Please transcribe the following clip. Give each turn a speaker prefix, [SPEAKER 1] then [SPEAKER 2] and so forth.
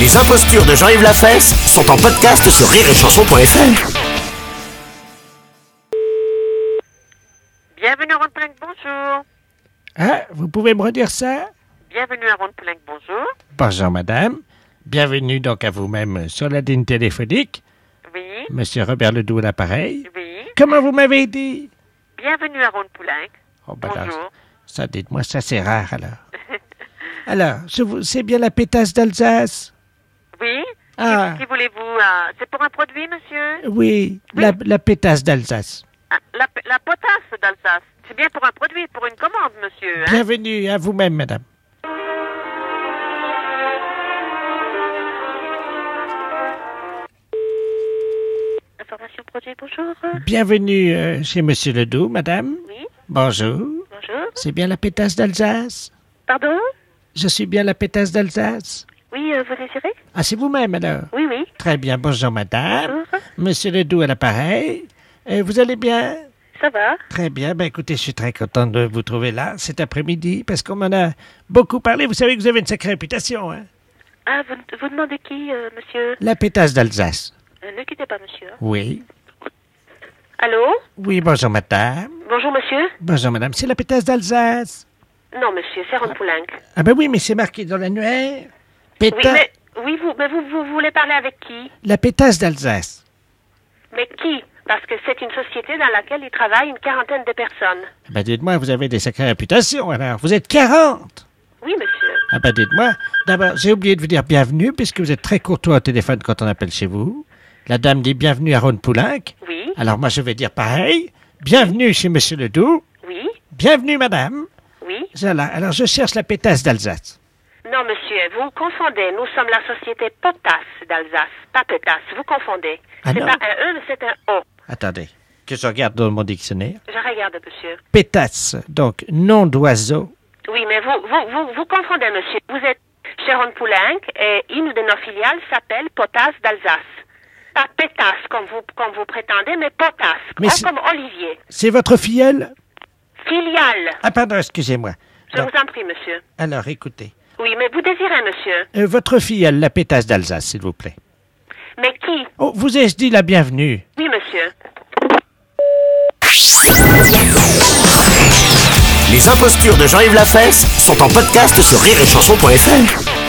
[SPEAKER 1] Les impostures de Jean-Yves Lafesse sont en podcast sur rireetchanson.fr.
[SPEAKER 2] Bienvenue à Rondeplaine, bonjour.
[SPEAKER 3] Hein? Vous pouvez me redire ça?
[SPEAKER 2] Bienvenue à Rondeplaine, bonjour.
[SPEAKER 3] Bonjour, madame. Bienvenue donc à vous-même euh, sur la ligne téléphonique.
[SPEAKER 2] Oui,
[SPEAKER 3] Monsieur Robert Ledoux à l'appareil.
[SPEAKER 2] oui.
[SPEAKER 3] Comment vous m'avez dit?
[SPEAKER 2] Bienvenue à Rondeplaine.
[SPEAKER 3] Oh, ben alors,
[SPEAKER 2] Bonjour.
[SPEAKER 3] ça, dites-moi, ça, c'est rare, alors. alors, je vous- c'est bien la pétasse d'Alsace?
[SPEAKER 2] Oui.
[SPEAKER 3] Ah.
[SPEAKER 2] Qui, qui voulez-vous euh, C'est pour un produit, monsieur
[SPEAKER 3] Oui, la, la pétasse d'Alsace.
[SPEAKER 2] Ah, la, la potasse d'Alsace. C'est bien pour un produit, pour une commande, monsieur. Hein?
[SPEAKER 3] Bienvenue à vous-même, madame.
[SPEAKER 2] Information produit, bonjour.
[SPEAKER 3] Bienvenue euh, chez Monsieur Ledoux, madame.
[SPEAKER 2] Oui,
[SPEAKER 3] Bonjour.
[SPEAKER 2] bonjour.
[SPEAKER 3] C'est bien la pétasse d'Alsace?
[SPEAKER 2] Pardon
[SPEAKER 3] Je suis bien la pétasse d'Alsace?
[SPEAKER 2] Oui, euh, vous désirez
[SPEAKER 3] Ah, c'est vous-même, alors?
[SPEAKER 2] Oui, oui.
[SPEAKER 3] Très bien, bonjour madame. Monsieur Ledoux à l'appareil. Euh, vous allez bien
[SPEAKER 2] Ça va
[SPEAKER 3] Très bien. Ben écoutez, je suis très content de vous trouver là cet après-midi parce qu'on en a beaucoup parlé. Vous savez que vous avez une sacrée réputation, hein
[SPEAKER 2] Ah, vous, vous demandez qui, euh, monsieur
[SPEAKER 3] La pétasse d'Alsace.
[SPEAKER 2] Euh, Ne quittez pas, monsieur.
[SPEAKER 3] Oui.
[SPEAKER 2] Allô
[SPEAKER 3] Oui, bonjour madame.
[SPEAKER 2] Bonjour, monsieur
[SPEAKER 3] Bonjour madame. C'est la pétasse d'Alsace.
[SPEAKER 2] Non, monsieur, c'est Rondeplaine.
[SPEAKER 3] Ah ben oui, mais c'est marqué dans l'annuaire.
[SPEAKER 2] Oui,
[SPEAKER 3] Péta...
[SPEAKER 2] mais, oui vous, mais vous, vous voulez parler avec qui
[SPEAKER 3] La pétasse d'Alsace.
[SPEAKER 2] Mais qui Parce que c'est une société dans laquelle il travaille une quarantaine de personnes.
[SPEAKER 3] Ah Ben dites-moi, vous avez des sacrées réputations alors. Vous êtes 40.
[SPEAKER 2] Oui, monsieur.
[SPEAKER 3] Ah ben dites-moi, d'abord, j'ai oublié de vous dire bienvenue, puisque vous êtes très courtois au téléphone quand on appelle chez vous. La dame dit bienvenue à Ron Poulenc.
[SPEAKER 2] Oui,
[SPEAKER 3] Alors moi, je vais dire pareil. Bienvenue chez Monsieur Ledoux.
[SPEAKER 2] oui,
[SPEAKER 3] Bienvenue, madame.
[SPEAKER 2] oui.
[SPEAKER 3] Voilà. Alors, je cherche la pétasse d'Alsace.
[SPEAKER 2] Non, monsieur, vous vous confondez. Nous sommes la société Potasse d'Alsace, pas Pétasse. Vous confondez.
[SPEAKER 3] Ah
[SPEAKER 2] c'est
[SPEAKER 3] non.
[SPEAKER 2] pas un E, mais c'est un O.
[SPEAKER 3] Attendez, que je regarde dans mon dictionnaire.
[SPEAKER 2] Je regarde, monsieur.
[SPEAKER 3] Pétasse, donc nom d'oiseau.
[SPEAKER 2] Oui, mais vous, vous, vous, vous confondez, monsieur. Vous êtes Sharon Poulenc et une de nos filiales s'appelle Potasse d'Alsace. Pas Pétasse, comme vous, comme vous prétendez, mais Potasse.
[SPEAKER 3] Mais
[SPEAKER 2] hein,
[SPEAKER 3] c'est-
[SPEAKER 2] comme Olivier.
[SPEAKER 3] C'est votre filleule
[SPEAKER 2] Filiale.
[SPEAKER 3] Ah, pardon, excusez-moi.
[SPEAKER 2] Je
[SPEAKER 3] Donc,
[SPEAKER 2] vous en prie, monsieur.
[SPEAKER 3] alors, écoutez.
[SPEAKER 2] Oui, mais vous désirez, monsieur.
[SPEAKER 3] Euh, votre filleule, la pétasse d'Alsace, s'il vous plaît.
[SPEAKER 2] Mais qui
[SPEAKER 3] Oh, vous ai-je dit la bienvenue
[SPEAKER 2] Oui, monsieur.
[SPEAKER 1] Les impostures de Jean-Yves Lafesse sont en podcast sur rireetchanson.fr.